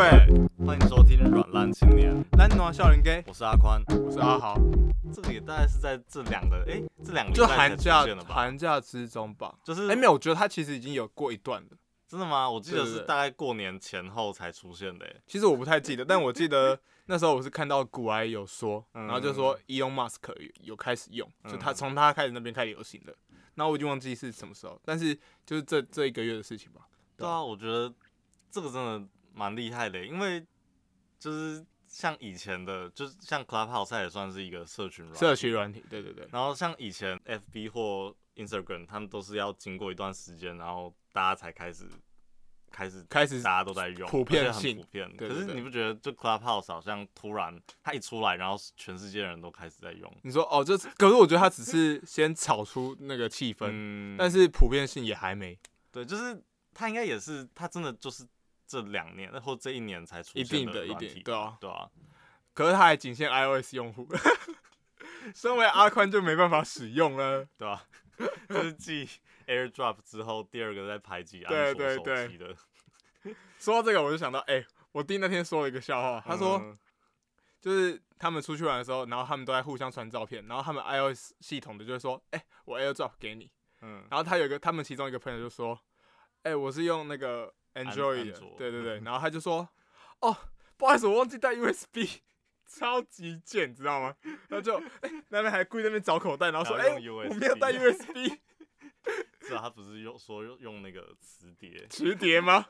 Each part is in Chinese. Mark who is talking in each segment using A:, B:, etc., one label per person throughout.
A: 欸
B: 欢迎收听《软烂青年》，
A: 咱暖啊笑人 gay，
B: 我是阿宽。
A: 我是阿豪，
B: 这个也大概是在这两个，哎，这两个礼
A: 就
B: 拜
A: 寒
B: 才出
A: 假
B: 现的吧？嗯
A: 寒假之中吧。
B: 就是
A: 哎、没有，我觉得他其实已经有过一段了。
B: 真的吗？我记得
A: 对对
B: 是
A: 对
B: 大概过年前后才出现的、诶
A: 其实我不太记得，但我记 得那时候我是看到古埃有说，
B: 嗯
A: 然后就说 Elon Musk 有有开始用，
B: 嗯
A: 就他从他开始那边开始流行的。然后我已经忘记是什么时候，但是就是这这一个月的事情吧。
B: 对啊，我觉得这个真的蛮厉害的、因为就是像以前的，就是像 Clubhouse 它也算是一个社群软
A: 社
B: 体，
A: 区软体，对对对，
B: 然后像以前 FB 或 Instagram，他们都是要经过一段时间，然后大家才开始开始
A: 开始
B: 大家都在用，
A: 普遍
B: 而且
A: 性
B: 很普遍。
A: 对
B: 可
A: 对
B: 是
A: 对
B: 你不觉得就 Clubhouse 好像突然它一出来，然后全世界人都开始在用？
A: 你说哦，这可是我觉得他只是先炒出那个气氛，
B: 嗯
A: 但是普遍性也还没，
B: 对，就是它应该也是它真的就是这两年或这一年才出
A: 一
B: 现
A: 定的，一
B: 软
A: 定
B: 体，
A: 对啊。
B: 对啊，
A: 可是它还仅限 iOS 用户， 身为阿宽就没办法使用了。
B: 对啊， 就是继 AirDrop 之后第二个在排挤安
A: 对
B: 卓
A: 对
B: 手
A: 对
B: 机的。
A: 说到这个，我就想到，哎、我弟那天说了一个笑话，他说、
B: 嗯
A: 就是他们出去玩的时候，然后他们都在互相传照片，然后他们 iOS 系统的就会说，哎、我 AirDrop 给你。
B: 嗯，
A: 然后他有一个，他们其中一个朋友就说，哎、我是用那个 Android
B: 安
A: 的
B: 卓，
A: 对对 对。然后他就说，哦，不好意思，我忘记带 USB。超级贱，你知道吗？他就、哎那边还故意在那边找口袋，然后说：“哎、
B: 还要用
A: 我没有带 USB。”
B: 是啊，他不是用说用用那个磁碟，
A: 磁碟 吗？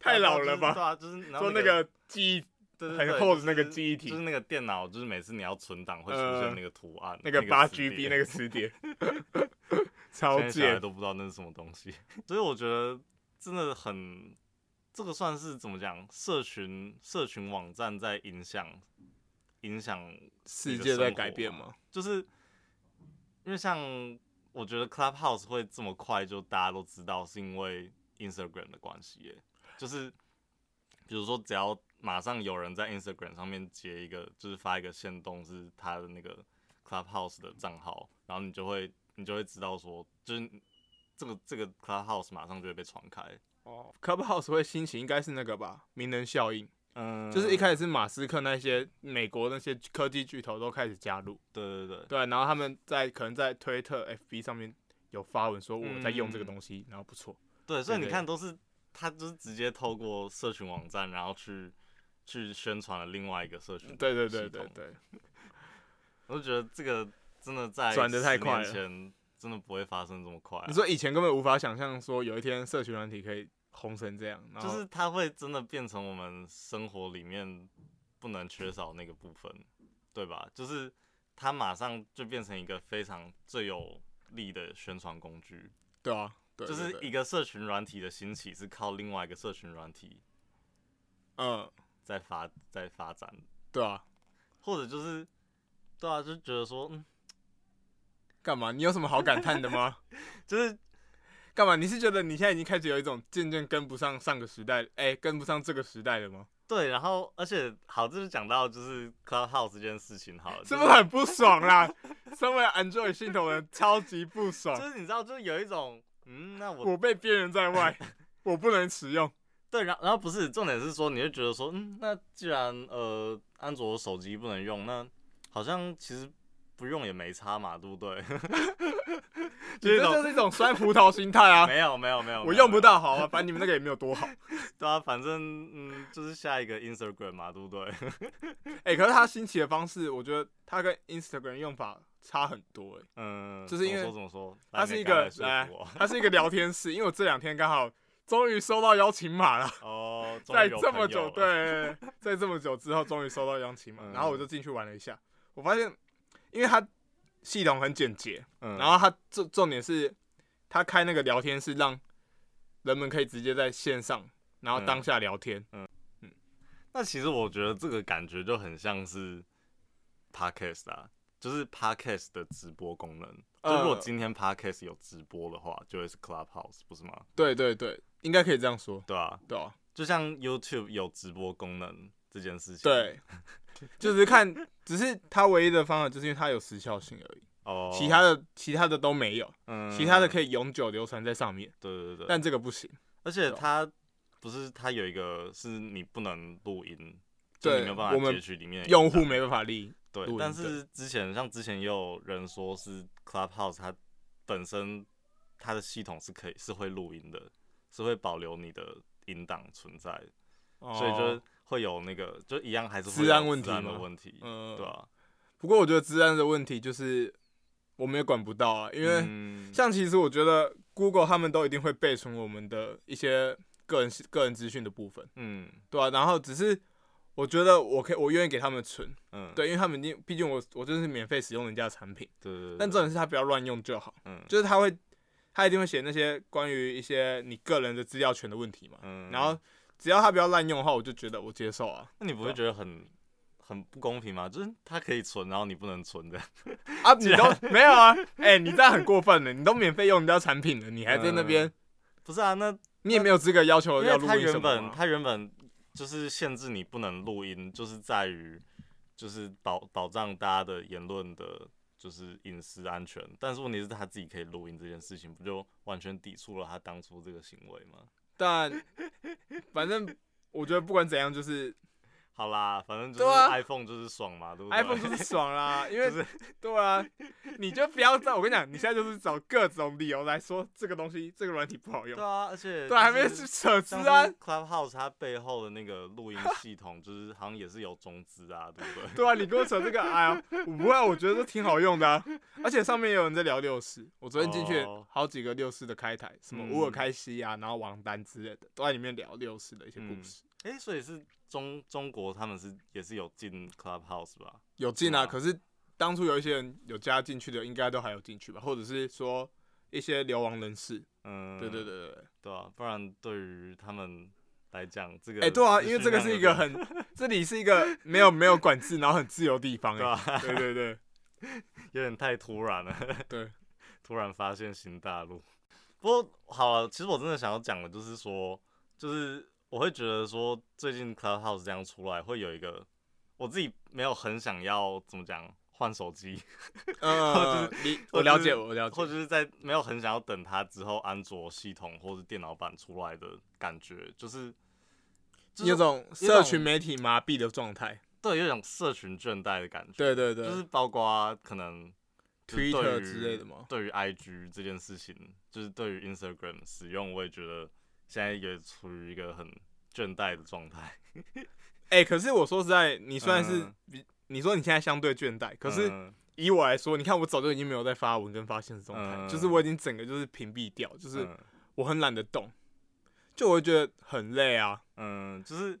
A: 太老了吧！
B: 对啊，就是然
A: 说
B: 后
A: 那
B: 那
A: 个记忆
B: 对对
A: 很
B: 对
A: 厚
B: 就
A: 的那个
B: 是
A: 记忆体
B: 就是那个电脑，就是每次你要存档会出
A: 呃
B: 现那个图案，
A: 那个
B: 磁
A: 八 GB
B: 碟
A: 那个磁碟， 超
B: 现在小孩
A: 贱。
B: 都不知道那是什么东西，所以我觉得真的很，这个算是怎么讲？社群社群网站在影响影响，
A: 世界在改变吗？
B: 就是因为像我觉得 Clubhouse 会这么快就大家都知道，是因为 Instagram 的关系耶，就是比如说只要马上有人在 Instagram 上面截一个，就是发一个限动是他的那个 Clubhouse 的账号，然后你就会你就会知道说，就是这个这个 Clubhouse 马上就会被传开。
A: 哦，Clubhouse 会兴起，应该是那个吧，名人效应，
B: 嗯，
A: 就是一开始
B: 始
A: 是马斯克那些美国那些科技巨头都开始加入，
B: 对对对，
A: 对，啊然后他们在可能在推特、FB 上面有发文说我在用这个
B: 嗯
A: 东西，然后不错，
B: 对，所以你
A: 对
B: 看，都是他就是直接透过社群网站，然后去去宣传了另外一个社群。
A: 对对对
B: 系
A: 对
B: 统
A: 对，
B: 我就觉得这个真的在
A: 转得太快了
B: 10年前真的不会发生这么快啊、
A: 你说以前根本无法想象说有一天社群软体可以红成这样，然后
B: 就是它会真的变成我们生活里面不能缺少那个部分，对吧？就是它马上就变成一个非常最有力的宣传工具，
A: 对啊，对，对
B: 就
A: 对
B: 是一个社群软体的兴起是靠另外一个社群软体
A: 嗯，
B: 在发在发展的
A: 对啊，
B: 或者就是，对啊，就觉得说，嗯，
A: 干嘛？你有什么好感叹的 吗？
B: 就是
A: 干嘛？你是觉得你现在已经开始有一种渐渐跟不上上个时代，哎、跟不上这个时代了吗？
B: 对，然后而且好，这就讲到就是 Clubhouse 这件事情好了，
A: 是
B: 就
A: 不是很不爽啦？ 身为 Android 系统人，超级不爽，
B: 就是你知道，就是有一种，嗯，那我
A: 我被边缘在 外，我不能使用。
B: 对，然后然后不是重点是说，你会觉得说，嗯，那既然呃安卓手机不能用，那好像其实不用也没差嘛，对不对？
A: 你
B: 就是一
A: 这
B: 种
A: 就是一种酸葡萄心态 啊！
B: 没有没有没有，
A: 我
B: 没有
A: 用
B: 没
A: 不
B: 有
A: 到，好啊，反正你们那个也没有多好。
B: 对啊，反正嗯，就是下一个 Instagram 嘛，对不对？
A: 哎、可是它兴起的方式，我觉得它跟 Instagram 用法差很多、哎，
B: 嗯，
A: 就是因为
B: 怎么说怎么说，来
A: 它是
B: 你
A: 一
B: 赶
A: 个
B: 快说
A: 来
B: 服我，
A: 它是一个聊天室，因为我这两天刚好终于收到邀请码了。
B: 哦，终于
A: 在
B: 有
A: 这
B: 朋
A: 么
B: 友
A: 久，
B: 了，
A: 对， 在这么久之后，终于收到邀请嘛，
B: 嗯
A: 然后我就进去玩了一下，我发现，因为它系统很简洁，
B: 嗯，
A: 然后它重重点是，它开那个聊天是让人们可以直接在线上，然后
B: 嗯
A: 当下聊天，
B: 那其实我觉得这个感觉就很像是 podcast 啊，就是 podcast 的直播功能。就
A: 呃
B: 如果今天 podcast 有直播的话，就会是 Clubhouse，不是吗？
A: 对对对，应该可以这样说，
B: 对啊，
A: 对啊，
B: 就像 YouTube 有直播功能这件事情。，
A: 对， 就是看，只是它唯一的方法就是因为它有时效性而已，
B: 哦，
A: 其他的其他的都没有，
B: 嗯
A: 其他的
B: 以，
A: 可以永久流传在上面，
B: 对对对，
A: 但这个不行，
B: 而且它不是它有一个是你不能录音，就
A: 对
B: 你没有办
A: 我
B: 法
A: 们
B: 截取里面的
A: 用
B: 音
A: 户
B: 档
A: 没办法立，录
B: 对，
A: 音
B: 但
A: 对
B: 是之前像之前也有人说是 Clubhouse 它本身它的系统是可以是会录音的，是会保留你的音档存在的，所以就
A: 哦
B: 会有那个就一样还是会
A: 治安
B: 有
A: 问
B: 治安
A: 题
B: 的
A: 吗
B: 问题，
A: 嗯
B: 对啊，
A: 不过我觉得治安的问题就是我们也管不到啊，因为
B: 嗯
A: 像其实我觉得 Google 他们都一定会备存我们的一些个人个人资讯的部分，
B: 嗯
A: 对啊，然后只是我觉得我可以我愿意给他们存，
B: 嗯
A: 对，因为他们已经毕竟我我就是免费使用人家的产品，
B: 对对对，
A: 但重点是他不要乱用就好，
B: 嗯
A: 就是他会他一定会写那些关于一些你个人的资料权的问题嘛，
B: 嗯，
A: 然后只要他不要滥用的话，我就觉得我接受啊
B: 那你不
A: 对
B: 会
A: 啊
B: 觉得很很不公平吗？就是它可以存，然后你不能存的，
A: 啊，你
B: 既然
A: 都 没有啊，哎、你这样很过分了，你都免费用人家产品了，你还在那 边。
B: 嗯不是啊？那
A: 你也没有资格要求
B: 因
A: 要
B: 为
A: 录
B: 它
A: 音什
B: 原
A: 么
B: 本
A: 啊。
B: 它原本就是限制你不能录音，就是在于就是保保障大家的言论的，就是隐私安全。但是问题是他自己可以录音这件事情，不就完全抵触了他当初这个行为吗？
A: 但反正我觉得不管怎样，就是
B: 好啦，反正就
A: 对
B: 是
A: 啊
B: iPhone 就是爽嘛，对不对
A: iPhone 就是爽 啦，因为
B: 就是
A: 对啊，你就不要再我跟你讲，你现在就是找各种理由来说这个东西这个软体不好用
B: 对，啊，而且
A: 对啊，还没啊
B: 就是
A: 去扯资
B: 像
A: 安
B: 是，Clubhouse 它背后的那个录音系统，就是好像也是有中资啊，对不对？
A: 对啊，你跟我扯这个，哎呀，我不会啊，我觉得都挺好用的啊，而且上面也有人在聊六四，我昨天进去
B: 哦
A: 好几个六四的开台，什么
B: 嗯
A: 乌尔开西啊，然后王丹之类的，都在里面聊六四的一些故
B: 嗯
A: 事，
B: 哎、所以是中中国他们是也是有进 Clubhouse 吧？
A: 有进啊，
B: 哇
A: 可是当初有一些人有加进去的，应该都还有进去吧，或者是说一些流亡人士，
B: 嗯，
A: 对对对对，
B: 对啊，不然对于他们来讲，这个
A: 哎、对啊，
B: 资
A: 因为
B: 讯
A: 这个
B: 量
A: 是
B: 有
A: 一个
B: 点
A: 很，这里是一个没有没有管制，然后很自由地方、
B: 对
A: 哎，
B: 啊，
A: 对对对
B: 有点太突然了，
A: 对，
B: 突然发现新大陆。不过好了，其实我真的想要讲的就是说，就是我会觉得说，最近 Clubhouse 这样出来，会有一个我自己没有很想要怎么讲换手机，
A: 嗯，你我
B: 或
A: 了
B: 者
A: 解，
B: 是
A: 我了解
B: 或，者是在没有很想要等它之后安卓系统或是电脑版出来的感觉，就是。就
A: 有
B: 是
A: 种社群媒体麻痹的状态，
B: 对，有种社群倦怠的感觉。
A: 对对对，
B: 就是包括可能就是对
A: Twitter
B: 于
A: 之类的吗
B: 对于 IG 这件事情，就是对于 Instagram 使用，我也觉得现在也处于一个很倦怠的状态。
A: 哎、可是我说实在，你虽然是
B: 嗯
A: 比、你说你现在相对倦怠，可是
B: 嗯
A: 以我来说，你看我早就已经没有在发文跟发现实动态，就是
B: 嗯
A: 我已经整个就是屏蔽掉，就是
B: 嗯
A: 我很懒得动，就我会觉得很累啊，
B: 嗯，就是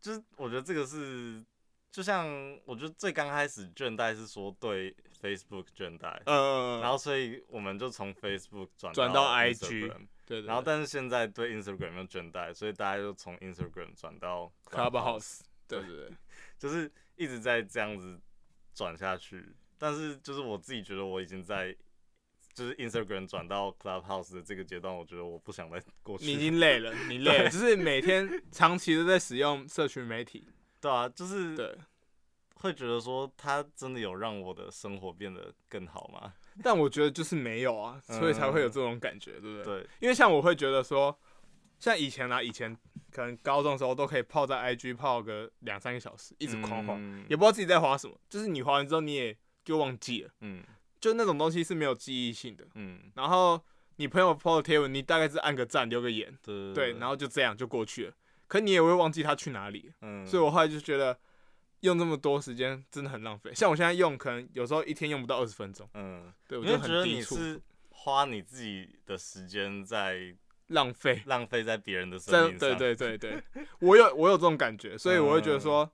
B: 就是，我觉得这个是。就像我觉得最刚开始倦怠是说对 Facebook 倦怠，
A: 呃，
B: 然后所以我们就从 Facebook 转
A: 转
B: 到
A: 到 IG
B: Instagram
A: 对对
B: 然后
A: 对
B: 但是现在对 Instagram 又倦怠，所以大家就从 Instagram 转到
A: Clubhouse，对对对，
B: 就是一直在这样子转下去。但是就是我自己觉得我已经在就是 Instagram 转到 Clubhouse 的这个阶段，我觉得我不想再过去了。
A: 你已经累了，你累了，就是每天长期的在使用社群媒体，
B: 对啊，就是
A: 对，
B: 会觉得说它真的有让我的生活变得更好吗？
A: 但我觉得就是没有啊，所以才会有
B: 嗯
A: 这种感觉，对不对？
B: 对，
A: 因为像我会觉得说，像以前啊，以前可能高中的时候都可以泡在 IG 泡个两三个小时，一
B: 一
A: 直狂滑，
B: 嗯
A: 也不知道自己在滑什么，就是你滑完之后你也就忘记了，
B: 嗯
A: 就那种东西是没有记忆性的。
B: 嗯，
A: 然后你朋友 PO 的贴文，你大概是按个赞留个言，
B: 对
A: 对，然
B: 后
A: 后就这样就过去了。可你也会忘记他去哪里，
B: 嗯，
A: 所以我后来就觉得用这么多时间真的很浪费。像我现在用，可能有时候一天用不到二十分钟，
B: 嗯，
A: 对我
B: 你
A: 就
B: 会觉
A: 很
B: 得
A: 抵
B: 你
A: 触，
B: 是花你自己的时间在
A: 浪费。
B: 浪费在别人的生
A: 在
B: 命上，嗯
A: 对对对对，我有我有这种感觉，所以我会觉得说，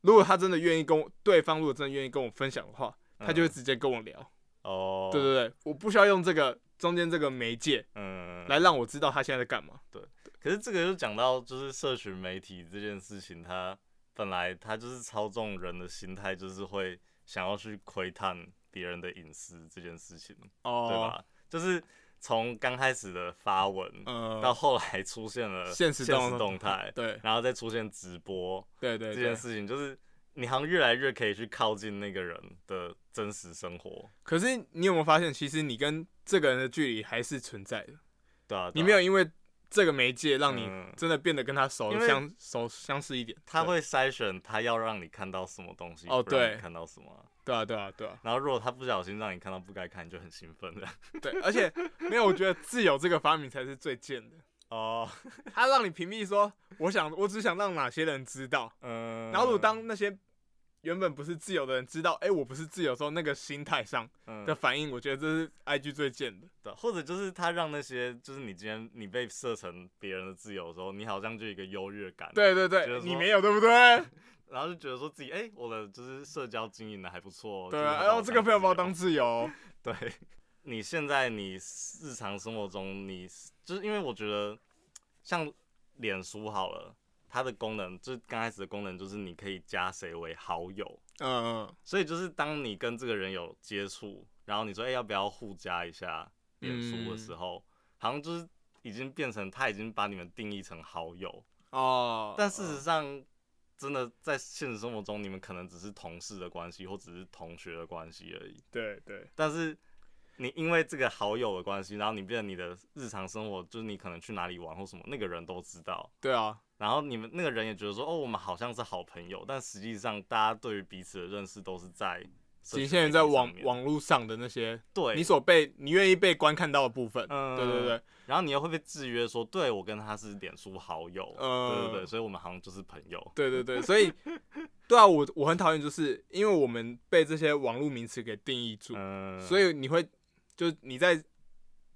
A: 如果他真的愿意跟我，对方如果真的愿意跟我分享的话，
B: 嗯，
A: 他就会直接跟我聊。
B: 哦，
A: 对，对对，我不需要用这个中间这个媒介
B: 嗯，
A: 来让我知道他现在在干嘛。
B: 可是这个就讲到就是社群媒体这件事情，它本来它就是操纵人的心态，就是会想要去窥探别人的隐私这件事情，对
A: 哦，
B: 吧？就是从刚开始的发文，到
A: 呃，
B: 后来出现了
A: 现实
B: 实
A: 动
B: 动态，
A: 对
B: 然后再出现直播
A: 对
B: 这
A: 对
B: 件
A: 对。
B: 事情，就是你好像越来越可以去靠近那个人的真实生活，
A: 可是你有没有发现，其实你跟这个人的距离还是存在的，
B: 对啊，对啊
A: 你没有因为这个媒介让你
B: 嗯
A: 真的变得跟他熟
B: 因为
A: 相熟相似一点。
B: 他
A: 对
B: 会筛选他要让你看到什么东西，
A: 哦
B: 不让你
A: 对
B: 看到什么啊。
A: 对啊对啊对啊
B: 然后如果他不小心让你看到不该看，你就很兴奋 的。
A: 对，而且没有，我觉得自由这个发明才是最贱的。
B: 哦，
A: 他让你屏蔽说，我想我只想让哪些人知道，
B: 嗯。
A: 然后如果当那些原本不是自由的人知道，哎、我不是自由的时候，那个心态上
B: 嗯
A: 的反应，我觉得这是 IG 最贱的。
B: 对，或者就是他让那些，就是你今天你被设成别人的自由的时候，你好像就有一个优越感，，
A: 对对
B: 觉得
A: 对，
B: 说
A: 你没有对不对？
B: 然后就觉得说自己，哎、我的就是社交经营的还不错，
A: 对
B: 就是
A: 啊，
B: 他
A: 哎
B: 把我
A: 呦，这个朋友把我当
B: 自
A: 自由，
B: 由，对，你现在你日常生活中你，就是因为我觉得像脸书好了，它的功能就是刚开始的功能就是你可以加谁为好友，
A: 嗯，
B: 所以就是当你跟这个人有接触，然后你说哎、要不要互加一下脸书的时
A: 嗯
B: 候，好像就是已经变成他已经把你们定义成好友，
A: 哦，
B: 但事实上真的在现实生活中，你们可能只是同事的关系或只是同学的关系而已。
A: 对对，
B: 但是你因为这个好友的关系，然后你变成你的日常生活，就是你可能去哪里玩或什么，那个人都知道。
A: 对啊，
B: 然后你们那个人也觉得说，哦，我们好像是好朋友，但实际上大家对于彼此的认识都是在社
A: 仅
B: 群
A: 限于
B: 媒体
A: 在
B: 上
A: 网
B: 面
A: 网络上的那些
B: 对
A: 你所被你愿意被观看到的部分。
B: 嗯
A: 对对对，
B: 然后你又会被制约说，对我跟他是脸书好友，
A: 嗯
B: 对对对，所以我们好像就是朋友，
A: 对对对， 所以对啊，我我很讨厌，就是因为我们被这些网络名词给定义住，
B: 嗯，
A: 所以你会就是你在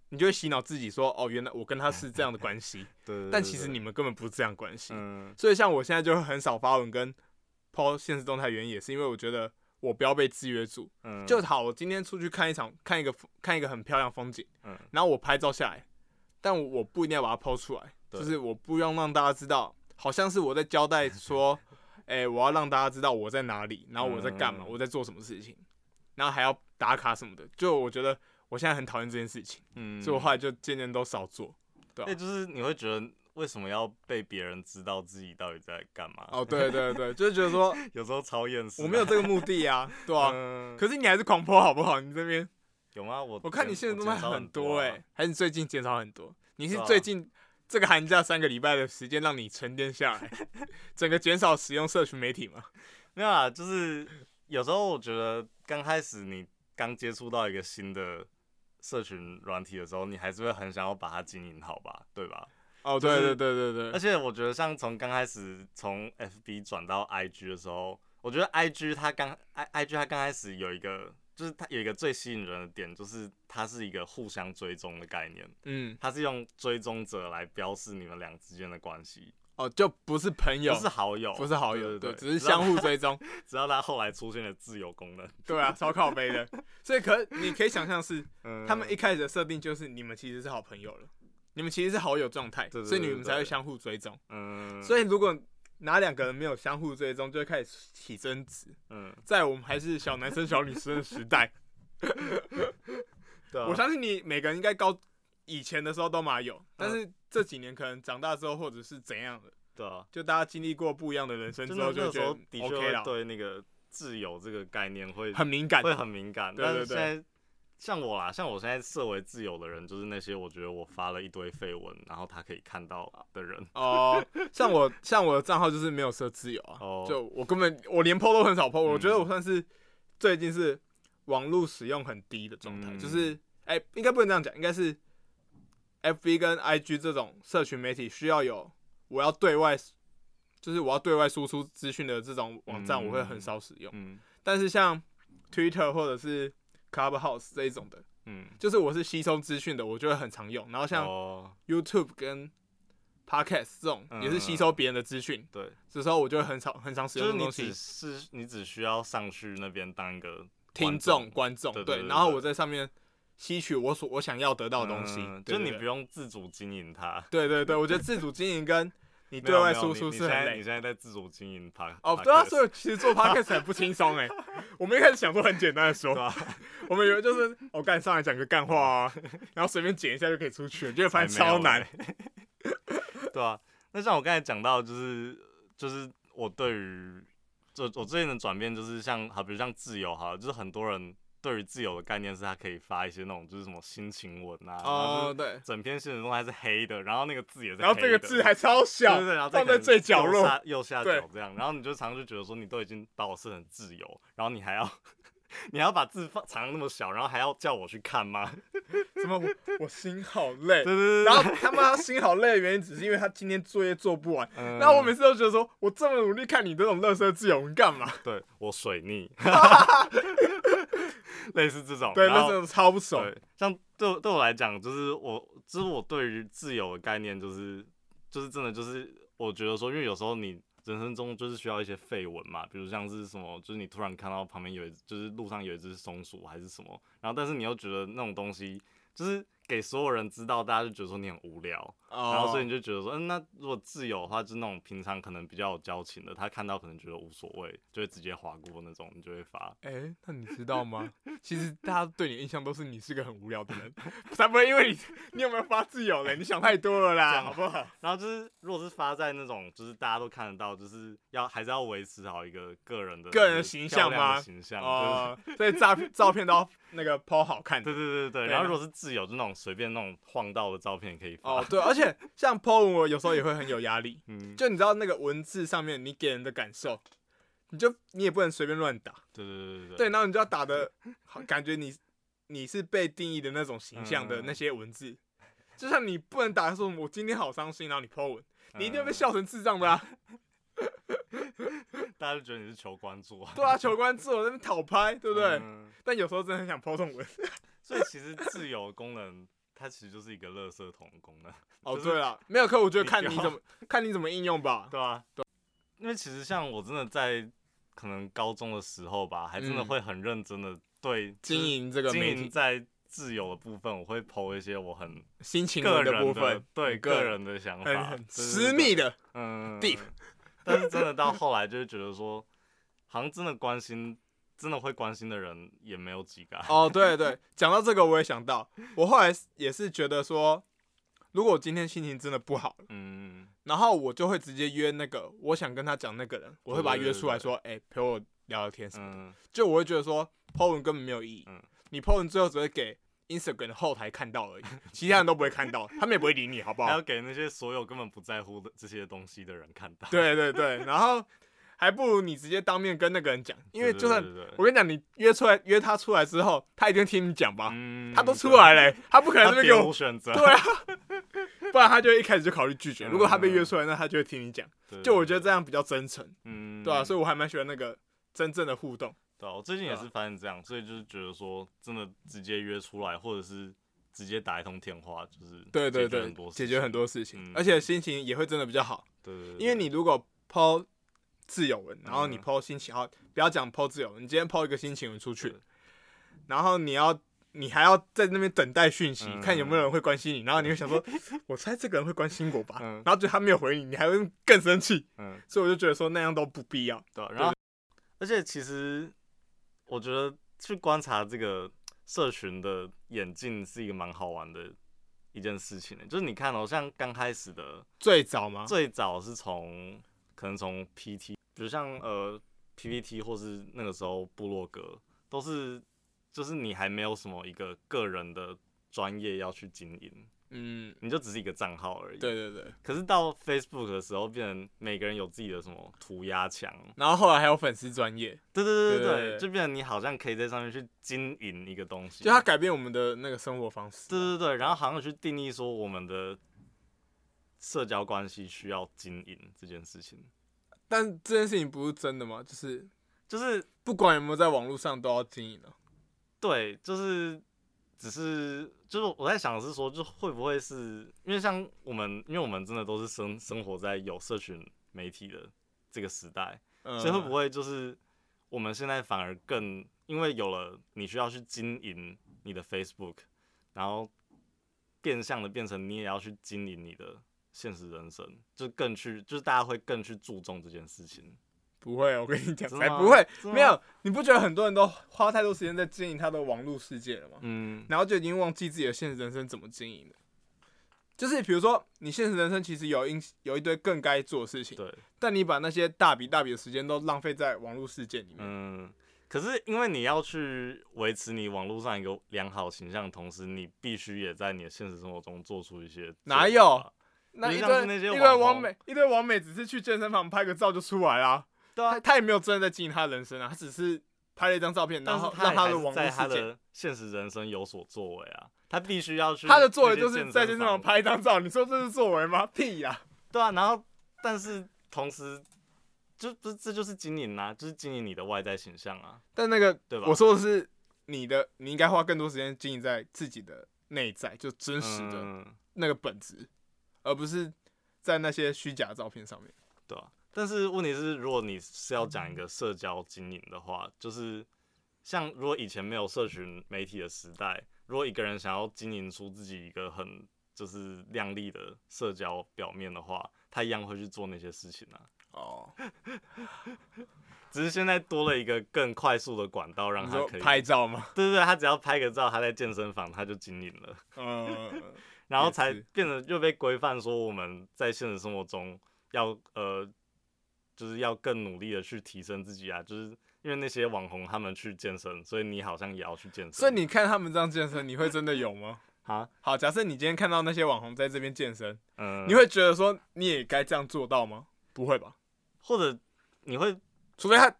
A: 你就会洗脑自己说，哦，原来我跟他是这样的关系，
B: 对对对
A: 但其实
B: 对
A: 你们根本不是这样关系。
B: 嗯
A: 所以像我现在就很少发文跟 PO 现实动态，原因也是因为我觉得我不要被制约住。
B: 嗯
A: 就好，我今天出去看一场，看一个看一个很漂亮风景，
B: 嗯
A: 然后我拍照下来，但我我不一定要把它抛出来，
B: 对
A: 就是我不用让大家知道，好像是我在交代 说，哎、我要让大家知道我在哪里，然后我在干嘛，
B: 嗯
A: 我在做什么事情，然后还要打卡什么的，就我觉得我现在很讨厌这件事情，
B: 嗯
A: 所以我后来就渐渐都少做。对啊
B: 对，就是你会觉得为什么要被别人知道自己到底在干嘛？
A: 哦，对对对，就是觉得说
B: 有时候超厌世的。
A: 我没有这个目的啊，对 啊，
B: 嗯
A: 可是你还是狂泼好不好？你这边
B: 有吗？我
A: 我看你
B: 减
A: 现在动
B: 我
A: 态
B: 减少
A: 很
B: 很多
A: 多哎、
B: 啊
A: 还是你最近减少很多？你是
B: 是啊
A: 最近这个寒假三个礼拜的时间让你沉淀下来， 整个减少使用社群媒体嘛？
B: 没有啊，就是有时候我觉得刚开始你刚接触到一个新的社群软体的时候，你还是会很想要把它经营好吧，对吧？
A: 哦，
B: 就
A: 对
B: 是
A: 对对对
B: 而
A: 对，
B: 且我觉得像从刚开始从 FB 转到 IG 的时候，我觉得 IG 它刚 I IG 它刚开始有一个。就是它有一个最吸引人的点，就是它是一个互相追踪的概念，
A: 嗯，
B: 它是用追踪者来标示你们俩之间的关系，
A: 哦，就不是朋友，
B: 不是好友，
A: 不是好友，对，
B: 对对，
A: 只是
B: 直到
A: 相互追踪，
B: 直到它后来出现了自由功能，
A: 对啊，超靠 背的。所以可你可以想象是
B: 嗯
A: 他们一开始的设定就是你们其实是好朋友了，你们其实是好友状态，
B: 对对
A: 所以你
B: 对对
A: 们才会
B: 对
A: 相互追踪。
B: 嗯，
A: 所以如果哪两个人没有相互追踪，就会开始起争执。
B: 嗯，
A: 在我们还是小男生小女生的时 代，
B: 对啊，
A: 我相信你每个人应该高以前的时候都嘛有，但
B: 嗯
A: 是这几年可能长大之后或者是怎样的，
B: 对啊，
A: 就大家经历过不一样的人生
B: 就
A: 之
B: 那
A: 后，
B: 那
A: 就
B: 个
A: 觉
B: 时候
A: 得
B: 的确
A: OK
B: 会
A: 了，
B: 对那个自由这个概念会
A: 很敏感。
B: 会很敏感，
A: 对
B: 但
A: 对
B: 是
A: 对
B: 现在像我啦，像我现在设为自由的人，就是那些我觉得我发了一堆绯闻，然后他可以看到的人，
A: 哦，像我像我的账号就是没有设自由啊，
B: 哦
A: 就我根本我连 PO 都很少 PO，、我觉得
B: 嗯
A: 我算是最近是网络使用很低的状态，
B: 嗯
A: 就是哎、应该不能这样讲，应该是 FB 跟 IG 这种社群媒体需要有我要对外，就是我要对外输出资讯的这种网站，
B: 嗯
A: 我会很少使用。
B: 嗯
A: 但是像 Twitter 或者是 Clubhouse 这一种的，
B: 嗯，
A: 就是我是吸收资讯的，我就会很常用。然后像
B: 哦
A: YouTube 跟 Podcast 这种
B: 嗯
A: 也是吸收别人的资讯，
B: 对，
A: 这时候我就会很少很常使
B: 就
A: 用
B: 是
A: 这种
B: 你
A: 东
B: 只
A: 西。
B: 是你只需要上去那边当一个嗯
A: 听众、观众
B: 对对对
A: 对，
B: 对
A: 然后我在上面吸取我所我想要得到
B: 观众
A: 的东西
B: 嗯，
A: 对
B: 就
A: 对
B: 你
A: 对
B: 不用自主经营它。
A: 对对对，我 觉得自主经营跟你
B: 没
A: 对
B: 有
A: 外
B: 没有
A: 输
B: 你
A: 出
B: 你
A: 是
B: 现
A: 很
B: 在你
A: 累。
B: 现在在自主经营它。
A: 哦，
B: podcast
A: 对啊，所以其实做 podcast 很不轻松哎。我们一开始想说很简单的说
B: 对啊，
A: 我们以为就是我干上来讲个干话啊， 然后随便剪一下就可以出去了，结果发现
B: 还没有欸
A: 超难。
B: 对啊，那像我刚才讲到，就是就是我对于就我最近的转变，就是像好，比如像自由哈，就是很多人对于自由的概念是，他可以发一些那种就是什么心情文啊，
A: 哦，， 对，
B: 整篇新闻动态是黑的，然后那个字也是黑的，
A: 然后这个字还超小，
B: 对对对，然后
A: 放在最角
B: 右
A: 落，
B: 下右下
A: 对
B: 角这样，然后你就常常就觉得说，你都已经把我设成自由，然后你还要 你还要把字放藏得那么小，然后还要叫我去看吗？
A: 什么我我心好累
B: 对。对对
A: 然后他妈心好累的原因，只是因为他今天作业做不完。
B: 嗯
A: 然后我每次都觉得说，我这么努力看你这种垃圾自由你干嘛？
B: 对我水 逆，类似这种，
A: 对，
B: 然
A: 那
B: 后
A: 真的超不爽。
B: 对，像对我对我来讲，就是我，就是我对于自由的概念，就是就是真的就是，我觉得说，因为有时候你人生中就是需要一些绯闻嘛，比如像是什么，就是你突然看到旁边有一，就是路上有一只松鼠还是什么，然后但是你又觉得那种东西就是给所有人知道，大家就觉得说你很无聊，
A: 哦
B: 然后所以你就觉得说，嗯，那如果自由的话，就是那种平常可能比较有交情的，他看到可能觉得无所谓，就会直接划过那种，你就会发。
A: 哎、那你知道吗？其实大家对你的印象都是你是个很无聊的人， 才不会因为你你有没有发自由嘞？你想太多了
B: 这
A: 啦，
B: 样
A: 好不好？
B: 然后就是，如果是发在那种，就是大家都看得到，就是要还是要维持好一个个人的
A: 个人
B: 就是
A: 形象
B: 漂亮的
A: 吗
B: 形象，
A: 哦、所以照片照片都要那个抛好看
B: 对
A: 的。
B: 对对对对。
A: 对
B: 然后如果是自由，就那种随便那种晃到的照片也可以发。
A: 哦，对，而且像 Po 文，我有时候也会很有压力。
B: 嗯，
A: 就你知道那个文字上面你给人的感受，你就你也不能随便乱打，
B: 对对对对
A: 对，然后你就要打的，好感觉你你是被定义的那种形象的
B: 嗯
A: 那些文字，就像你不能打说“我今天好伤心”，然后你 Po 文，你一定会被笑成智障的 啊！
B: 嗯大家就觉得你是求关注啊，
A: 对啊，求关注我在那边讨拍，对不对？
B: 嗯
A: 但有时候真的很想 Po 这种 文。
B: 所以其实自由的功能，它其实就是一个垃圾桶的功能，
A: 哦，
B: 就是
A: 对了，没有课，我觉得
B: 你
A: 看
B: 不
A: 你
B: 要
A: 怎么看你怎么应用吧。
B: 对啊，对。因为其实像我真的在可能高中的时候吧，还真的
A: 嗯
B: 会很认真的对
A: 经
B: 营
A: 营这个
B: 经
A: 媒
B: 营
A: 体
B: 在自由的部分，我会剖一些我很
A: 心情
B: 个
A: 文
B: 人
A: 的部分，
B: 对
A: 个
B: 个
A: 人
B: 人的想
A: 很
B: 法，
A: 很
B: 对
A: 私密，
B: 对对
A: 的，
B: 嗯
A: deep
B: 但是真的到后来，就是觉得说，好像真的关心，真的会关心的人也没有几个啊。
A: 哦，对对，讲到这个我也想到，我后来也是觉得说，如果我今天心情真的不好，
B: 嗯，
A: 然后我就会直接约那个我想跟他讲那个人，我会把他约出来说，哎、陪我聊聊天什么的。
B: 嗯
A: 就我会觉得说，po 文根本没有意义，
B: 嗯
A: 你 po 文最后只会给 Instagram 的后台看到而已，其他人都不会看到，他们也不会理你，好不
B: 还
A: 好
B: 要？给那些所有根本不在乎的这些东西的人看到。
A: 对对对，然后还不如你直接当面跟那个人讲，因为
B: 对
A: 就算
B: 对对对
A: 我跟你讲，你约出来约他出来之后，他一定听你讲吧。
B: 嗯
A: 他都出，来了欸、他不可
B: 对
A: 能
B: 他
A: 这边
B: 别
A: 给我
B: 无选择。
A: 对啊， 不然他就一开始就考虑拒绝。
B: 嗯
A: 如果他被约出来，那他就会听你讲。
B: 对
A: 就我觉得这，样比较真诚，
B: 嗯，
A: 对啊，所以我还蛮喜欢那个真正的互动。
B: 对啊，我最近也
A: 对啊
B: 是发现这样，所以就是觉得说，真的直接约出来，或者是直接打一通电话，就是
A: 对对
B: 解决
A: 对
B: 很多，事
A: 解决
B: 情
A: 很多事情
B: 嗯，
A: 而且心情也会真的比较好。
B: 对对对，
A: 因为你如果抛自由文，然后你
B: 嗯
A: 抛心情，好，不要讲抛自由文，你今天抛一个心情文出去
B: 对，
A: 然后你要。你还要在那边等待讯息，
B: 嗯
A: 看有没有人会关心你，然后你会想说，我猜这个人会关心我吧，
B: 嗯
A: 然后就他没有回你，你还会更生气，
B: 嗯，
A: 所以我就觉得说那样都不必要。
B: 对啊，然后而且其实我觉得去观察这个社群的演进是一个蛮好玩的一件事情、就是你看哦，像刚开始的
A: 最早吗？
B: 最早是从可能从 PT，比如像呃 PPT 或是那个时候部落格，都是就是你还没有什么一个个人的专业要去经营，
A: 嗯，
B: 你就只是一个账号而已。。
A: 对对对。
B: 可是到 Facebook 的时候，变成每个人有自己的什么涂鸦墙，
A: 然后后来还有粉丝专业，
B: 对对
A: 对
B: 对对
A: 对
B: 对，就变成你好像可以在上面去经营一个东西，
A: 就它改变我们的那个生活方式。
B: 对对对，然后好像去定义说我们的社交关系需要经营这件事情，
A: 但这件事情不是真的吗？就是
B: 就是
A: 不管有没有在网络上都要经营的。啊
B: 对，就是只是就是我在想的是说，就会不会是因为像我们，因为我们真的都是生生活在有社群媒体的这个时代，
A: 嗯，
B: 所以会不会就是我们现在反而更因为有了你需要去经营你的 Facebook，然后变相的变成你也要去经营你的现实人生，就更去就是大家会更去注重这件事情。
A: 不会？我跟你讲，
B: 真
A: 才
B: 的吗
A: 不会
B: 真的。吗
A: 没有，你不觉得很多人都花太多时间在经营他的网络世界了吗？
B: 嗯
A: 然后就已经忘记自己的现实人生怎么经营了。就是比如说，你现实人生其实有应有一堆更该做的事情，
B: 对，
A: 但你把那些大笔大笔的时间都浪费在网络世界里面，
B: 嗯。可是因为你要去维持你网络上一个良好形象，同时你必须也在你的现实生活中做出一些做法。
A: 哪有那
B: 就
A: 一
B: 像是
A: 堆
B: 那些
A: 一堆
B: 网
A: 网
B: 红
A: 美，一堆网美只是去健身房拍个照就出来啦、
B: 对
A: 他
B: 啊，
A: 他也没有真的在经营他的人生啊，他只是拍了一张照片，然
B: 但是
A: 后让
B: 他
A: 的
B: 也还是
A: 网络
B: 在他
A: 世界，
B: 的现实人生有所作为啊，他必须要去
A: 他的作为
B: 那些
A: 就是在健
B: 健
A: 身房
B: 房
A: 拍一张照，你说这是作为吗？屁呀、
B: 对啊，然后但是同时，就这这就是经营啊，就是经营你的外在形象啊，
A: 但那个
B: 对吧？
A: 我说的是你的，你应该花更多时间经营在自己的内在，就真实的
B: 嗯，
A: 那个本质，而不是在那些虚假的照片上面。
B: 对啊。但是问题是，如果你是要
A: 嗯
B: 讲一个社交经营的话，就是像如果以前没有社群媒体的时代，如果一个人想要经营出自己一个很就是亮丽的社交表面的话，他一样会去做那些事情啊。
A: 哦，
B: 只是现在多了一个更快速的管道，让
A: 你
B: 他
A: 说
B: 可以
A: 拍照吗？
B: 对对对，他只要拍个照，他在健身房他就经营了，
A: 嗯，
B: 然后才
A: 也是
B: 变得又被规范说我们在现实生活中要呃，就是要更努力的去提升自己啊，就是因为那些网红他们去健身，所以你好像也要去健身。
A: 所以你看他们这样健身，你会真的有吗？
B: 啊，
A: 好，假设你今天看到那些网红在这边健身，
B: 嗯，
A: 你会觉得说你也该这样做到吗？不会吧，
B: 或者你会
A: 除非他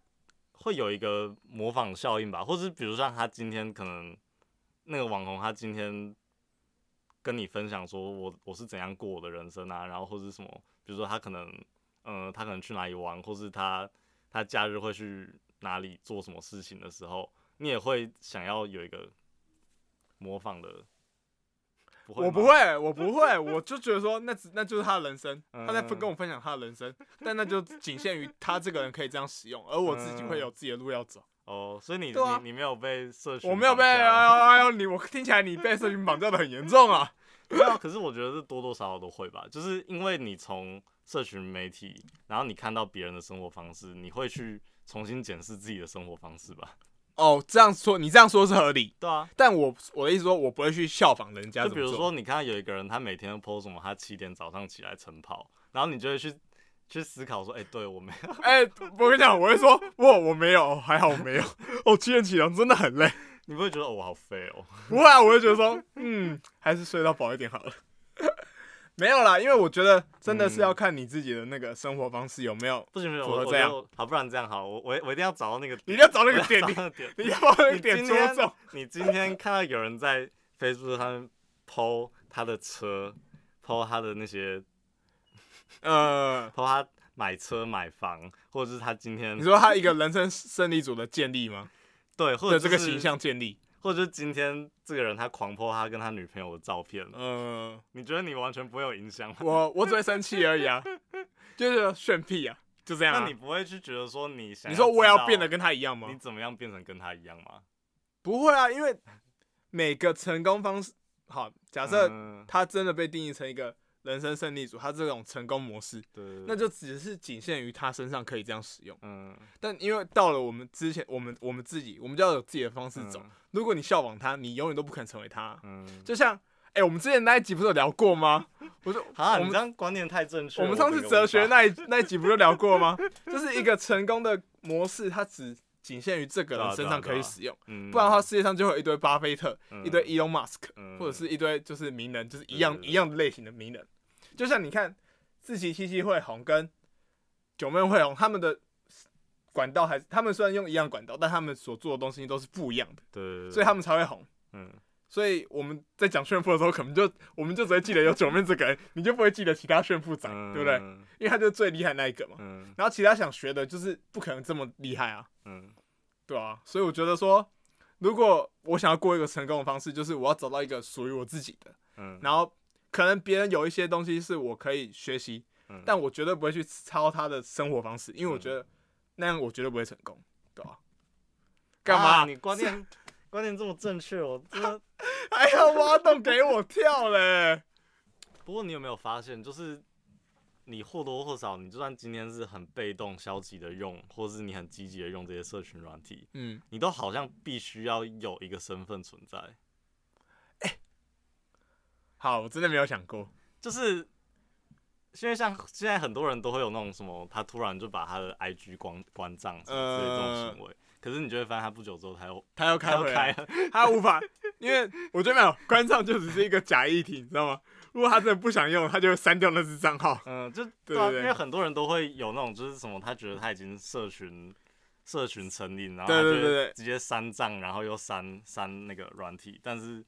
B: 会有一个模仿效应吧，或者是比如像他今天可能那个网红，他今天跟你分享说我我是怎样过我的人生啊，然后或者是什么，比如说他可能嗯、呃他可能去哪里玩，或是他他假日会去哪里做什么事情的时候，你也会想要有一个模仿的。不会
A: 我
B: 吗
A: 不，会，我不会， 我就觉得说那只那就是他的人生，
B: 嗯
A: 他在跟我分享他的人生，但那就仅限于他这个人可以这样使用，而我自己会有自己的路要 走。
B: 哦，所以你、
A: 对啊
B: 你你没有被社群
A: 我
B: 绑架吗，
A: 没有被哎呦哎呦你，我听起来你被社群绑架的很严重啊。
B: 对啊，可是我觉得是多多少少都会吧，就是因为你从社群媒体，然后你看到别人的生活方式，你会去重新检视自己的生活方式吧？
A: 哦，这样说你这样说是合理，
B: 对啊，
A: 但我我的意思说，我不会去效仿人家
B: 就
A: 怎么
B: 比如
A: 做
B: 说你看到有一个人，他每天都 PO 什么，他七点早上起来晨跑，然后你就会去去思考说，哎、对我没 有，
A: 哎、我跟你讲，我会说，哇，我没有，还好我没有。 哦，七点起床真的很累。
B: 你不会觉得、哦、我好废哦？
A: 不会啊，我会觉得说，嗯，还是睡到饱一点好了。 没有啦，因为我觉得真的
B: 嗯
A: 是要看你自己的那个生活方式有没有，
B: 不行不行，
A: 符合
B: 我我
A: 这样
B: 就好，不然这样好，我我我一定要找到那个
A: 你一定
B: 点，
A: 要找那个
B: 我
A: 点
B: 要，找
A: 你
B: 到那个点。
A: 你要把那个
B: 你
A: 点
B: 今
A: 捉
B: 天
A: 中。
B: 你今天看到有人在 Facebook 上面 PO 他的车，PO 他的那些
A: 呃，
B: 包括他买车、买房，或者是他今天
A: 你说他一个人生胜利组的建立吗？
B: 对，或者、
A: 的这个形，象建立，
B: 或者是今天这个人他狂泼他跟他女朋友的照片，
A: 呃，
B: 你觉得你完全不会有影响吗？
A: 我我只会生气而已 啊，就是炫屁啊，就这样、
B: 那
A: 啊
B: 你。不会去觉得说你想
A: 你说我也要
B: 知道啊
A: 变得跟他一样吗
B: 你？怎么样变成跟他一样吗？
A: 不会啊，因为每个成功方式，好，假设
B: 嗯
A: 他真的被定义成一个人生胜利组，他这种成功模式，
B: 对对，对
A: 那就只是仅限于他身上可以这样使用。
B: 嗯
A: 但因为到了我们之前，我们我们自己，我们就要有自己的方式走。如果你效仿他，你永远都不肯成为他。
B: 嗯，
A: 就像，哎、我们之前那一集不是有聊过 吗？我就我
B: 啊，你这
A: 们
B: 样观念太正确
A: 我
B: 了。
A: 们上次
B: 这个
A: 哲
B: 无
A: 学
B: 法
A: 那一那一集不就聊过 吗？就是一个成功的模式，它只仅限于这个
B: 对啊
A: 人身上
B: 对啊
A: 可
B: 对
A: 以
B: 啊
A: 使用。
B: 嗯
A: 不然的话，世界上就会有一堆巴菲特、
B: 嗯
A: 一堆 Elon Musk，、
B: 嗯
A: 或者是一堆就是名人，就是一样
B: 对对对
A: 一样的类型的名人。就像你看，自崎七七会红跟九妹会红，他们的管道还是他们虽然用一样管道，但他们所做的东西都是不一样的，
B: 对对，对
A: 所以他们才会红。
B: 嗯
A: 所以我们在讲炫富的时候，可 能就我们就只会记得有九妹这个人，你就不会记得其他炫富仔，
B: 嗯
A: 对不对？因为他就是最厉害那一个嘛。
B: 嗯
A: 然后其他想学的，就是不可能这么厉害啊。
B: 嗯
A: 对啊，所以我觉得说，如果我想要过一个成功的方式，就是我要找到一个属于我自己的，
B: 嗯，
A: 然后可能别人有一些东西是我可以学习，
B: 嗯
A: 但我绝对不会去抄他的生活方式，因为我觉得那样我绝对不会成功，对吧、干嘛、
B: 啊你观念观念这么正确，我真的。
A: 还要哎挖洞给我跳嘞？
B: 不过你有没有发现，就是你或多或少，你就算今天是很被动、消极的用，或是你很积极的用这些社群软体，
A: 嗯，
B: 你都好像必须要有一个身份存在。
A: 好，我真的没有想过，
B: 就是因为像现在很多人都会有那种什么，他突然就把他的 IG 关关账什么之类的这种行为。可是你就会发现他不久之后他又
A: 他要呃开
B: 他
A: 回
B: 又开
A: 来，
B: 了，
A: 他无 法，因为我觉得没有关上就只是一个假议题，你知道吗？如果他真的不想用，他就会删掉那只账号。
B: 嗯，就
A: 对
B: 对啊，
A: 对对
B: 因为很多人都会有那种就是什么，他觉得他已经社 群社群成瘾，然后
A: 对
B: 他
A: 对
B: 就
A: 对对
B: 直接删账，然后又删删那个软体，但是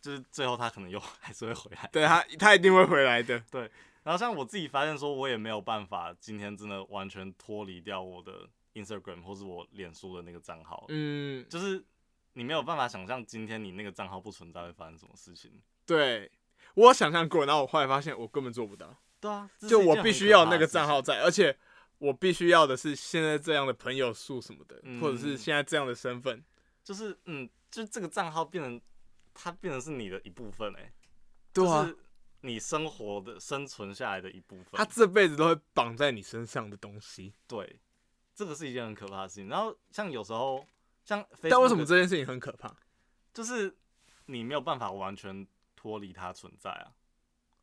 B: 就是最后他可能又还是会回来。
A: 对他，他一定会回来的。
B: 然后像我自己发现说，我也没有办法今天真的完全脱离掉我的 Instagram 或是我脸书的那个账号，
A: 嗯，
B: 就是你没有办法想象今天你那个账号不存在会发生什么事情。
A: 对，我想象过，然后我后来发现我根本做不到，
B: 对啊，这是
A: 就
B: 一件
A: 我
B: 很
A: 必须
B: 可
A: 要
B: 怕
A: 那
B: 的
A: 个
B: 事
A: 账
B: 情
A: 号在，而且我必须要的是现在这样的朋友数什么的，
B: 嗯
A: 或者是现在这样的身份。
B: 就是嗯，就这个账号变成它变成是你的一部分哎、欸，
A: 对
B: 就
A: 啊，
B: 是你生活的生存下来的一部分。
A: 他这辈子都会绑在你身上的东西。
B: 对，这个是一件很可怕的事情。然后像有时候像 Facebook
A: 但为什么这件事情很可怕？
B: 就是你没有办法完全脱离它存在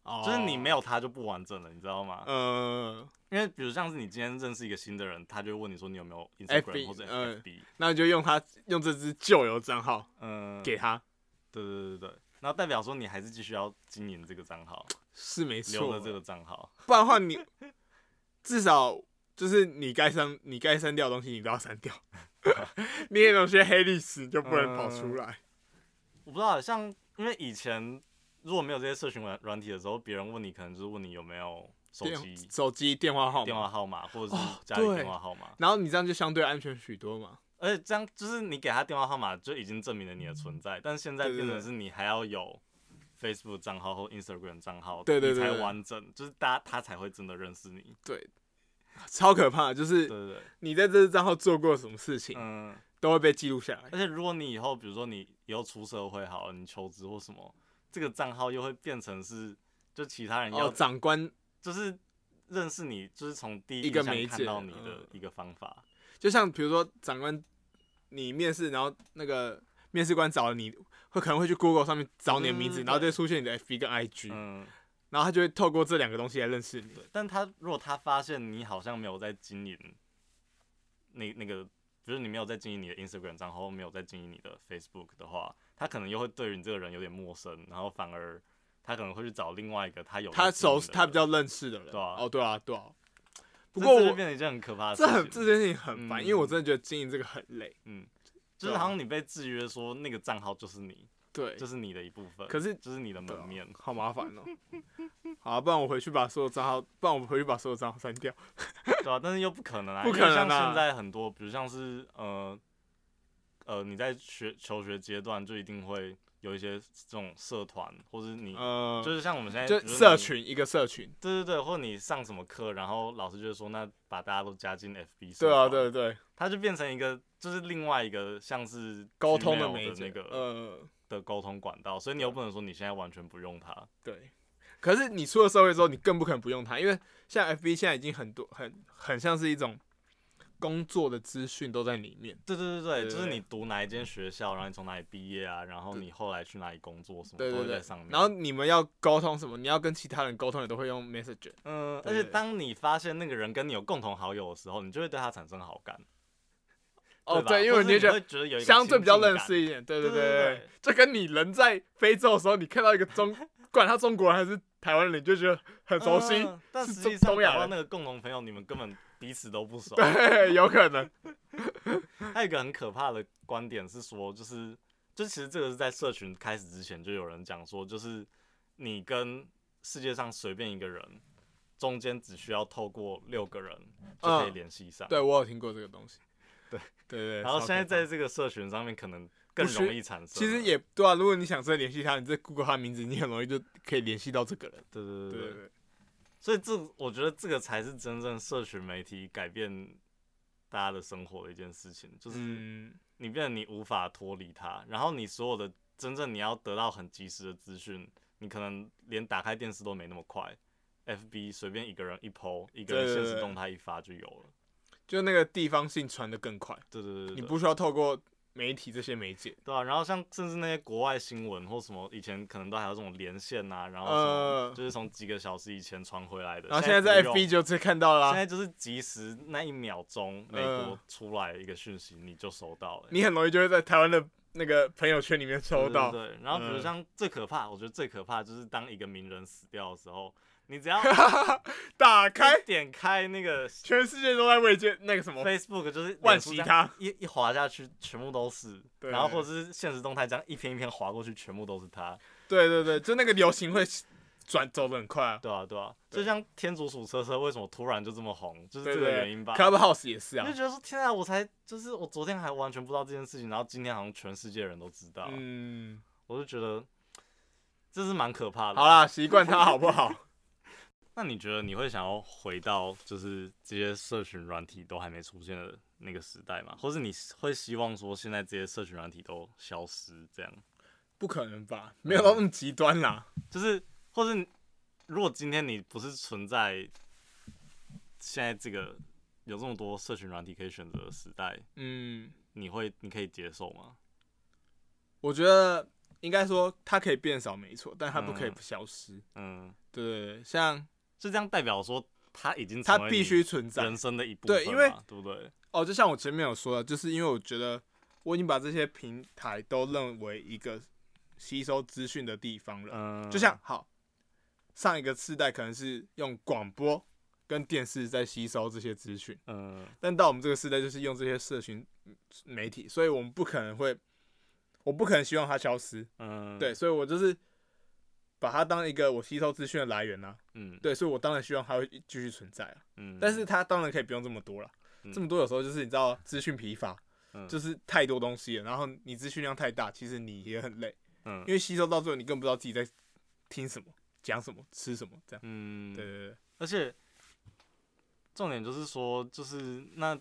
B: 啊？就是你没有它就不完整了，你知道吗？
A: 哦呃，
B: 因为比如像是你今天认识一个新的人，他就会问你说你有没有
A: FB
B: Instagram 或者
A: 嗯
B: FB，
A: 那你就用他用这只旧有账号
B: 嗯，
A: 给他，
B: 对对对对对，然后代表说你还是继续要经营这个账号，
A: 是没
B: 留
A: 错
B: 着。这个账号。
A: 不然的话你，至少就是你该删你该删掉的东西，你都要删 掉。你也有些黑历史就不能跑
B: 嗯
A: 出来。
B: 我不知道，像因为以前如果没有这些社群软软体的时候，别人问你可能就是问你有没有手
A: 电
B: 机
A: 手机电话号
B: 电
A: 码，
B: 话号码或者是
A: 哦
B: 家里
A: 对
B: 电话号码，
A: 然后你这样就相对安全许多嘛。
B: 而且这样就是你给他电话号码就已经证明了你的存在，但是现在
A: 对对
B: 变成
A: 对
B: 是你还要有 Facebook 账号或 Instagram 账号，
A: 对对
B: 你才
A: 对对
B: 完整，就是大家他才会真的认识你。
A: 对，超可怕的，就
B: 对
A: 是
B: 对对，
A: 你在这账号做过什么事情，
B: 嗯，
A: 都会被记录下来。
B: 而且如果你以后比如说你以后出社会好了，你求职或什么，这个账号又会变成是就其他人要
A: 哦，长官
B: 就是认识你，就是从第
A: 一
B: 一
A: 个
B: 印象
A: 媒
B: 看
A: 介
B: 到你的
A: 嗯
B: 一个方法。
A: 就像比如说长官，你面试，然后那个面试官找你，会可能会去 Google 上面找你的名字，
B: 对对嗯对
A: 然后就会出现你的 FB 跟 IG，、
B: 嗯，
A: 然后他就会透过这两个东西来认识你。
B: 对。但他如果他发现你好像没有在经营那那个，就是你没有在经营你的 Instagram 账号，没有在经营你的 Facebook 的话，他可能又会对于你这个人有点陌生，然后反而他可能会去找另外一个他有在
A: 他
B: 经营
A: 熟
B: 的，
A: 他比
B: 人
A: 较认识的人。
B: 对啊
A: 哦，对啊，对啊。不
B: 这
A: 过
B: 这就
A: 我
B: 变成一件很可怕的事
A: 这
B: 情，
A: 很这件事情很烦，
B: 嗯
A: 因为我真的觉得经营这个很累。
B: 嗯，就是好像你被制约说那个账号就是你，
A: 啊对，
B: 就是你的一部分，
A: 可是
B: 就是你的
A: 对啊
B: 门面。
A: 好麻烦哦。好啊、不然我回去把所有账号，不然我回去把所有账号删掉。
B: 对啊，但是又不可能啊，
A: 不
B: 因为
A: 可能
B: 像
A: 啊
B: 现在很多，比如像是呃呃，你在学求学阶段就一定会有一些这种社团，或者你、
A: 呃，
B: 就是像我们现在
A: 就
B: 比如
A: 社
B: 你，
A: 群一个社群。
B: 对对对，或者你上什么课，然后老师就说那把大家都加进 FB 社
A: 对啊，
B: 团
A: 对，对，
B: 它就变成一个就是另外一个像是
A: 沟通
B: Gmail
A: 的
B: 的
A: 媒介。啊
B: 那个、
A: 呃，
B: 的沟通管道，所以你又不能说你现在完全不用它，
A: 对。可是你出了社会之后，你更不可能不用它，因为像 FB 现在已经很多很很像是一种工作的资讯都在里面。
B: 对对对
A: 对
B: 对，就是
A: 对
B: 你读哪一间学校，然后你从哪里毕业啊，然后你后来去哪里工作什么
A: 对
B: 都
A: 对
B: 会在
A: 对
B: 上面，。
A: 然后你们要沟通什么？你要跟其他人沟通，也都会用 Messenger。
B: 嗯，而
A: 对
B: 且当你发现那个人跟你有共同好友的时候，你就会对他产生好感。
A: 哦，
B: 对吧，
A: 对，因为
B: 或
A: 你会觉
B: 是你会
A: 得
B: 觉得有一个
A: 相对比较
B: 亲近
A: 认
B: 感
A: 识一点，对对
B: 对
A: 对
B: 对
A: 对
B: 对，
A: 就跟你人在非洲的时候，你看到一个 中，不管他中国人还是台湾人，你就觉得很熟悉，
B: 嗯但
A: 是
B: 实
A: 中
B: 际上
A: 东亚
B: 找到
A: 人
B: 那个共同朋友，你们根本彼此都不熟。
A: 对，有可能，
B: 还有一个很可怕的观点是说，就是就其实这个是在社群开始之前就有人讲说，就是你跟世界上随便一个人中间只需要透过六个人就可以
A: 嗯
B: 联系上。
A: 对我有听过这个东西，
B: 对
A: 对对，
B: 然后
A: 超
B: 现在
A: 可怕
B: 在这个社群上面可能更
A: 不需
B: 容易产生。
A: 其实也对啊，如果你想真的联系他，你在 Google 他的名字，你很容易就可以联系到这个人，
B: 对对
A: 对
B: 对
A: 对
B: 对，
A: 对，
B: 所以这我觉得这个才是真正社群媒体改变大家的生活的一件事情，就是
A: 嗯，
B: 你变得你无法脱离它，然后你所有的真正你要得到很及时的资讯，你可能连打开电视都没那么快。FB 随便一个人一 PO，一个人
A: 对对
B: 现
A: 对
B: 实动态一发就有了。
A: 就那个地方性传的更快，
B: 对对对对，
A: 你
B: 对
A: 不需要透过媒体这些媒介。
B: 对啊，然后像甚至那些国外新闻或什么，以前可能都还有这种连线呐、然后什么
A: 呃
B: 就是从几个小时以前传回来的，
A: 然后现在在
B: 不
A: FB
B: 用
A: 就直接看到啦、
B: 现在就是即时那一秒钟，美国
A: 呃
B: 出来一个讯息你就收到了、
A: 你很容易就会在台湾的那个朋友圈里面
B: 对
A: 收到。
B: 对对对然后比如
A: 嗯
B: 像最可怕，我觉得最可怕就是当一个名人死掉的时候，你只要
A: 打 开，
B: 点开那个
A: 全世界都在慰藉那个什么，
B: Facebook 就是
A: 万
B: 脸书
A: 喜
B: 这样
A: 他
B: 一一滑下去，全部都是，
A: 对
B: 然后或者是现实动态这样一篇一篇滑过去，全部都是他，
A: 对对对，就那个流行会转走的很快、啊。
B: 对啊对啊，
A: 对
B: 就像天竺鼠车车为什么突然就这么红，就是
A: 对
B: 这
A: 对
B: 个
A: 对
B: 原因吧。
A: Clubhouse 也是
B: 你
A: 啊
B: 就，觉得说天啊，我才就是我昨天还完全不知道这件事情，然后今天好像全世界人都知道，
A: 嗯，
B: 我就觉得这是蛮可怕的。
A: 好，啊啦，习惯它好不好？
B: 那你觉得你会想要回到就是这些社群软体都还没出现的那个时代吗？或是你会希望说现在这些社群软体都消失这样？
A: 不可能吧？没有到那么极端啦。
B: 就是，或是如果今天你不是存在现在这个有这么多社群软体可以选择的时代，
A: 嗯，
B: 你会你可以接受吗？
A: 我觉得应该说它可以变少没错，但它不可以
B: 嗯
A: 不消失。
B: 嗯，
A: 对对对，像
B: 是这样代表说它已经
A: 它
B: 成为
A: 必
B: 你
A: 须存在
B: 人生的一部分嘛，
A: 对因为
B: 对不对？
A: 哦，就像我前面有说的，就是因为我觉得我已经把这些平台都认为一个吸收资讯的地方了。
B: 嗯，
A: 就像好，上一个世代可能是用广播跟电视在吸收这些资讯，
B: 嗯
A: 但到我们这个时代就是用这些社群嗯媒体，所以我们不可能会，我不可能希望它消失。
B: 嗯，
A: 对，，所以我就是把它当一个我吸收资讯的来源啦、啊
B: 嗯
A: 对，所以我当然希望它会继续存在啊。
B: 嗯，
A: 但是它当然可以不用这么多了，这么多有时候就是你知道资讯疲乏，
B: 嗯
A: 就是太多东西了，然后你资讯量太大，其实你也很累。
B: 嗯
A: 因为吸收到最后，你根本不知道自己在听什么、讲什么、吃什么，这样。
B: 嗯，
A: 对对对，
B: 而且重点就是说，就是那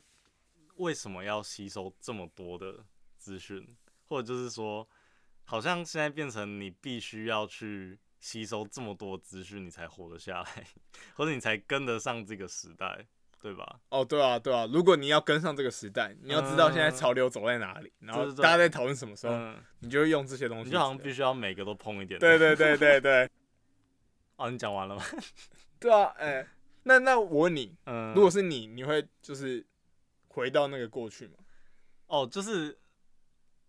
B: 为什么要吸收这么多的资讯，或者就是说，好像现在变成你必须要去吸收这么多资讯，你才活得下来，或者你才跟得上这个时代，对吧？
A: 哦，对啊，对啊，如果你要跟上这个时代，你要知道现在潮流走在哪里，然后
B: 嗯对对对
A: 大家在讨论什么时候，
B: 嗯，
A: 你就会用这些东西。
B: 你就好像必须要每个都碰一点。
A: 啊对对对对对，
B: 哦，你讲完了吗？
A: 对啊，哎、那那我问你，
B: 嗯，
A: 如果是你，你会就是回到那个过去吗？
B: 哦，就是，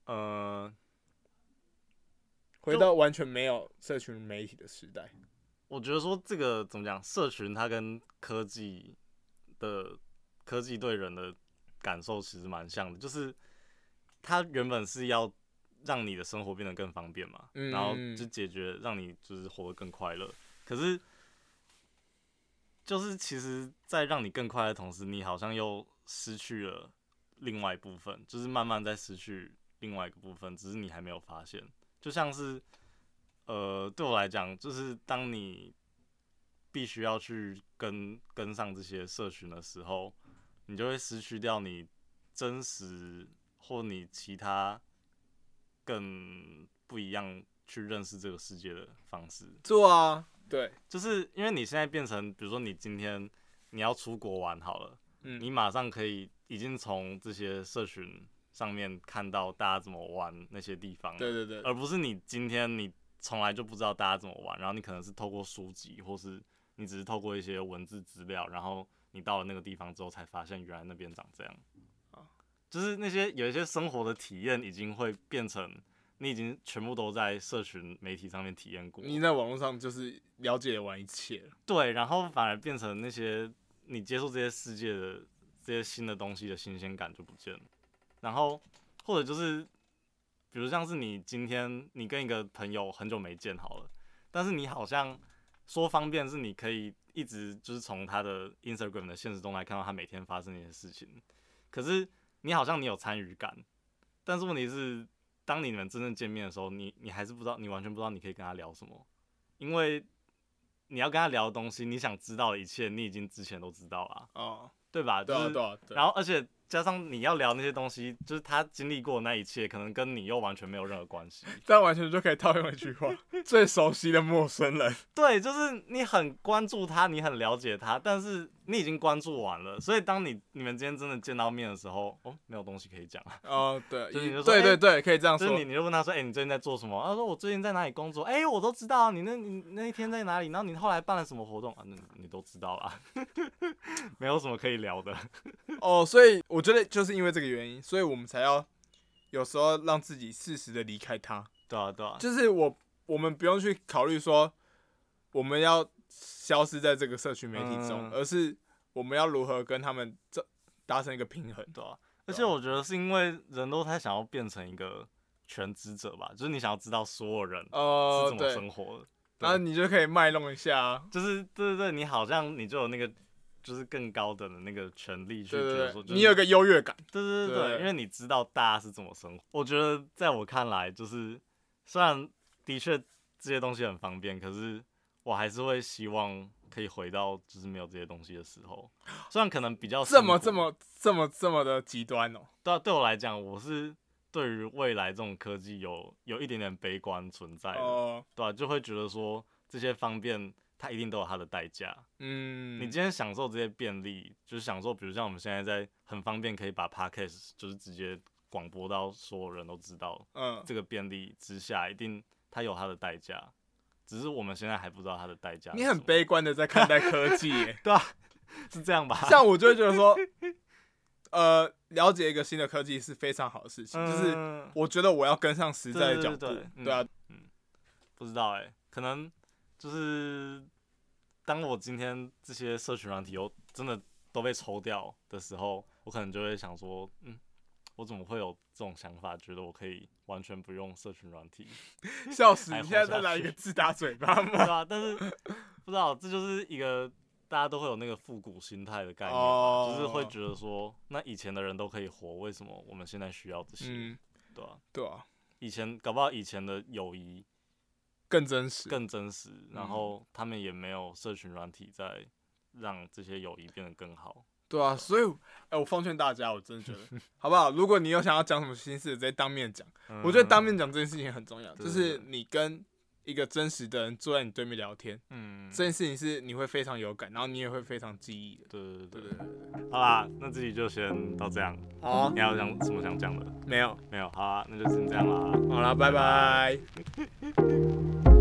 B: 呃，
A: 回到完全没有社群媒体的时代？
B: 我觉得说这个怎么讲，社群它跟科技的科技对人的感受其实蛮像的，就是它原本是要让你的生活变得更方便嘛，
A: 嗯
B: 然后就解决让你就是活得更快乐。可是，就是其实，在让你更快乐的同时，你好像又失去了另外一部分，就是慢慢在失去另外一个部分，只是你还没有发现。就像是，呃，对我来讲，就是当你必须要去跟跟上这些社群的时候，你就会失去掉你真实或你其他更不一样去认识这个世界的方式。
A: 做啊，对，
B: 就是因为你现在变成，比如说你今天你要出国玩好了，
A: 嗯
B: 你马上可以已经从这些社群上面看到大家怎么玩那些地方了，
A: 对对对，
B: 而不是你今天你从来就不知道大家怎么玩，然后你可能是透过书籍，或是你只是透过一些文字资料，然后你到了那个地方之后才发现原来那边长这样
A: 啊。
B: 哦就是那些有一些生活的体验已经会变成你已经全部都在社群媒体上面体验过，
A: 你在网络上就是了解完一切了。
B: 对，然后反而变成那些你接触这些世界的这些新的东西的新鲜感就不见了。然后或者就是，比如像是你今天你跟一个朋友很久没见好了，但是你好像说方便是你可以一直就是从他的 Instagram 的现实中来看到他每天发生的一些事情，可是你好像你有参与感，但是问题是。当你们真正见面的时候，你你还是不知道，你完全不知道你可以跟他聊什么，因为你要跟他聊的东西，你想知道的一切，你已经之前都知道了，啊
A: 哦，
B: 对吧？
A: 对啊
B: 就是
A: 对啊，对啊
B: 然后而且加上你要聊那些东西，就是他经历过的那一切，可能跟你又完全没有任何关 系。
A: 这样完全就可以套用一句话： 最熟悉的陌生人。
B: 对，就是你很关注他，你很了解他，但是你已经关注完了，所以当你你们今天真的见到面的时候，哦，没有东西可以讲啊。
A: 哦，对，
B: 就是你就说
A: 对
B: 哎
A: 对对，可以这样
B: 就是
A: 说
B: 你，。你就问他说，哎、你最近在做什么？他说我最近在哪里工作？哎、我都知道啊。你那你那一天在哪里？然后你后来办了什么活动啊？那你都知道啦， 没有什么可以聊的。
A: 哦，所以我觉得就是因为这个原因，所以我们才要有时候让自己适时的离开他。
B: 对啊，对啊，
A: 就是我我们不用去考虑说我们要消失在这个社群媒体中，
B: 嗯
A: 而是我们要如何跟他们这达成一个平衡。
B: 对啊。而且我觉得是因为人都太想要变成一个全知者吧，就是你想要知道所有人是
A: 哦
B: 怎，么
A: 对，
B: 生活的，
A: 然后你就可以卖弄一下啊，
B: 就是对对对，你好像你就有那个。就是更高等的那个权利去觉
A: 对
B: 得
A: 对
B: 说，
A: 对，
B: 就是
A: 你有一个优越感。
B: 对对对对，
A: 对
B: 因为你知道大家是怎么生活。我觉得在我看来，就是虽然的确这些东西很方便，可是我还是会希望可以回到就是没有这些东西的时候。虽然可能比较
A: 这
B: 辛
A: 么
B: 苦
A: 这么这么这么的极端哦，
B: 对啊、对我来讲，我是对于未来这种科技有有一点点悲观存在的，
A: 哦，
B: 对啊，就会觉得说这些方便它一定都有它的代价。
A: 嗯，
B: 你今天享受这些便利，就是享受，比如像我们现在在很方便可以把 podcast 就是直接广播到所有人都知道，
A: 嗯，
B: 这个便利之下，一定它有它的代价，只是我们现在还不知道它的代价。
A: 你很，悲观的在看待科技 耶，
B: 对啊，是这样吧？
A: 像我就会觉得说，呃，了解一个新的科技是非常好的事情，就是
B: 嗯
A: 我觉得我要跟上时代的脚步，
B: 对对对对
A: 对啊，
B: 不知道哎、可能就是当我今天这些社群软体又真的都被抽掉的时候，我可能就会想说，嗯，我怎么会有这种想法，觉得我可以完全不用社群软 体，
A: 笑死！
B: 还
A: 你
B: 活
A: 现在在
B: 下
A: 来一
B: 去
A: 个自打嘴巴
B: 对
A: 吗？
B: 吧、但是不知道，这就是一个大家都会有那个复古心态的概念吧
A: 哦
B: 就是会觉得说，那以前的人都可以活，为什么我们现在需要这些？
A: 嗯，
B: 对吧、
A: 对啊，
B: 以前搞不好以前的友谊
A: 更真实，
B: 更真实，然
A: 嗯
B: 后他们也没有社群软体在让这些友谊变得更好。
A: 对啊，所以，哎、我奉劝大家，我真的觉得，好不好？如果你有想要讲什么心事，直接当面讲。我觉得当面讲这件事情很重要，
B: 对
A: 就
B: 嗯对
A: 是
B: 对
A: 你跟一个真实的人坐在你对面聊天，
B: 嗯，嗯
A: 这件事情是你会非常有感，然后你也会非常记忆的。
B: 对对对
A: 对对
B: 对，
A: 对对，
B: 好啦，那这集就先到这样。
A: 好啊、
B: 你还有想什么想讲的？
A: 没有，
B: 没有，好啊，那就先这样啦。
A: 好了，拜拜。